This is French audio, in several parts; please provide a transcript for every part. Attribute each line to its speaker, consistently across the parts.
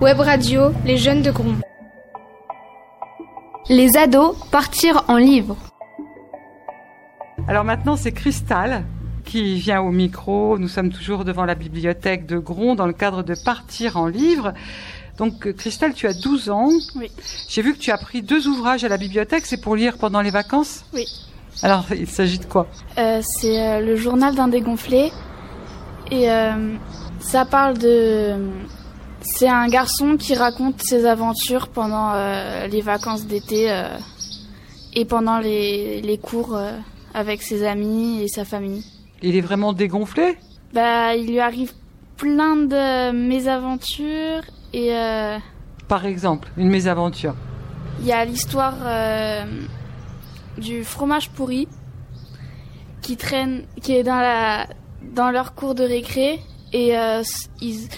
Speaker 1: Web Radio, les jeunes de Grom.
Speaker 2: Les ados partir en livre.
Speaker 3: Alors maintenant, c'est Cristal qui vient au micro. Nous sommes toujours devant la bibliothèque de Gron dans le cadre de Partir en livre. Donc, Cristal, tu as 12 ans.
Speaker 4: Oui.
Speaker 3: J'ai vu que tu as pris deux ouvrages à la bibliothèque. C'est pour lire pendant les vacances
Speaker 4: Oui.
Speaker 3: Alors, il s'agit de quoi
Speaker 4: Euh, c'est euh, le journal d'un dégonflé. Et euh, ça parle de. C'est un garçon qui raconte ses aventures pendant euh, les vacances d'été euh, et pendant les, les cours euh, avec ses amis et sa famille.
Speaker 3: Il est vraiment dégonflé
Speaker 4: Bah, il lui arrive plein de mésaventures et euh,
Speaker 3: Par exemple, une mésaventure.
Speaker 4: Il y a l'histoire euh, du fromage pourri qui traîne, qui est dans la dans leur cours de récré et euh, s- ils-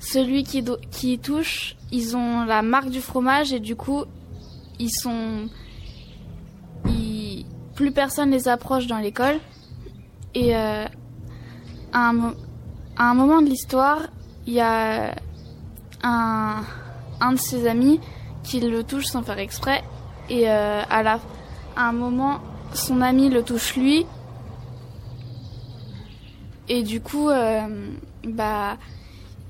Speaker 4: celui qui do- qui y touche, ils ont la marque du fromage et du coup ils sont ils- plus personne les approche dans l'école et euh, à, un, mo- à un moment de l'histoire, il y a un un de ses amis qu'il le touche sans faire exprès. Et euh, à, la, à un moment, son ami le touche lui. Et du coup, euh, bah,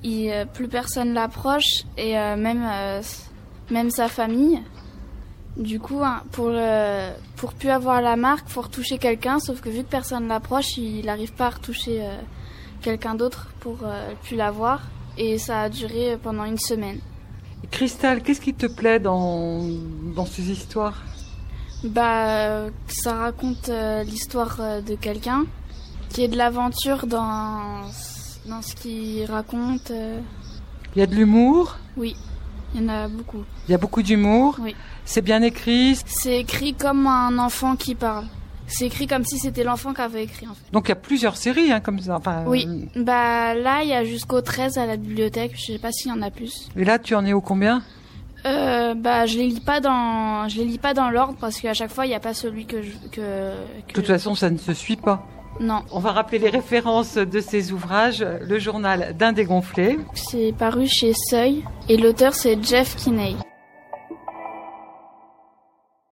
Speaker 4: il, euh, plus personne l'approche et euh, même, euh, s- même sa famille. Du coup, hein, pour, le, pour plus avoir la marque, faut retoucher quelqu'un, sauf que vu que personne l'approche, il n'arrive pas à retoucher euh, quelqu'un d'autre pour euh, plus l'avoir. Et ça a duré pendant une semaine.
Speaker 3: Cristal, qu'est-ce qui te plaît dans, dans ces histoires
Speaker 4: Bah, euh, ça raconte euh, l'histoire euh, de quelqu'un qui est de l'aventure dans, dans ce qu'il raconte. euh,
Speaker 3: Il y a de l'humour,
Speaker 4: Il y en a beaucoup.
Speaker 3: il y a beaucoup d'humour.
Speaker 4: Oui.
Speaker 3: C'est bien écrit,
Speaker 4: C'est écrit comme un enfant qui parle. C'est écrit comme si c'était l'enfant qui avait écrit en fait.
Speaker 3: Donc il y a plusieurs séries hein, comme ça. Enfin,
Speaker 4: Oui.
Speaker 3: euh,
Speaker 4: Bah là, il y a jusqu'au 13 à la bibliothèque. Je sais pas s'il y en a plus.
Speaker 3: Et là, tu en es au combien
Speaker 4: Euh, bah, je les lis pas dans, je les lis pas dans l'ordre parce qu'à chaque fois, il n'y a pas celui que je, que, que-
Speaker 3: De toute façon, ça ne se suit pas.
Speaker 4: Non,
Speaker 3: On va rappeler les références de ces ouvrages. Le journal d'un dégonflé.
Speaker 4: c'est paru chez Seuil et l'auteur c'est Jeff Kinney.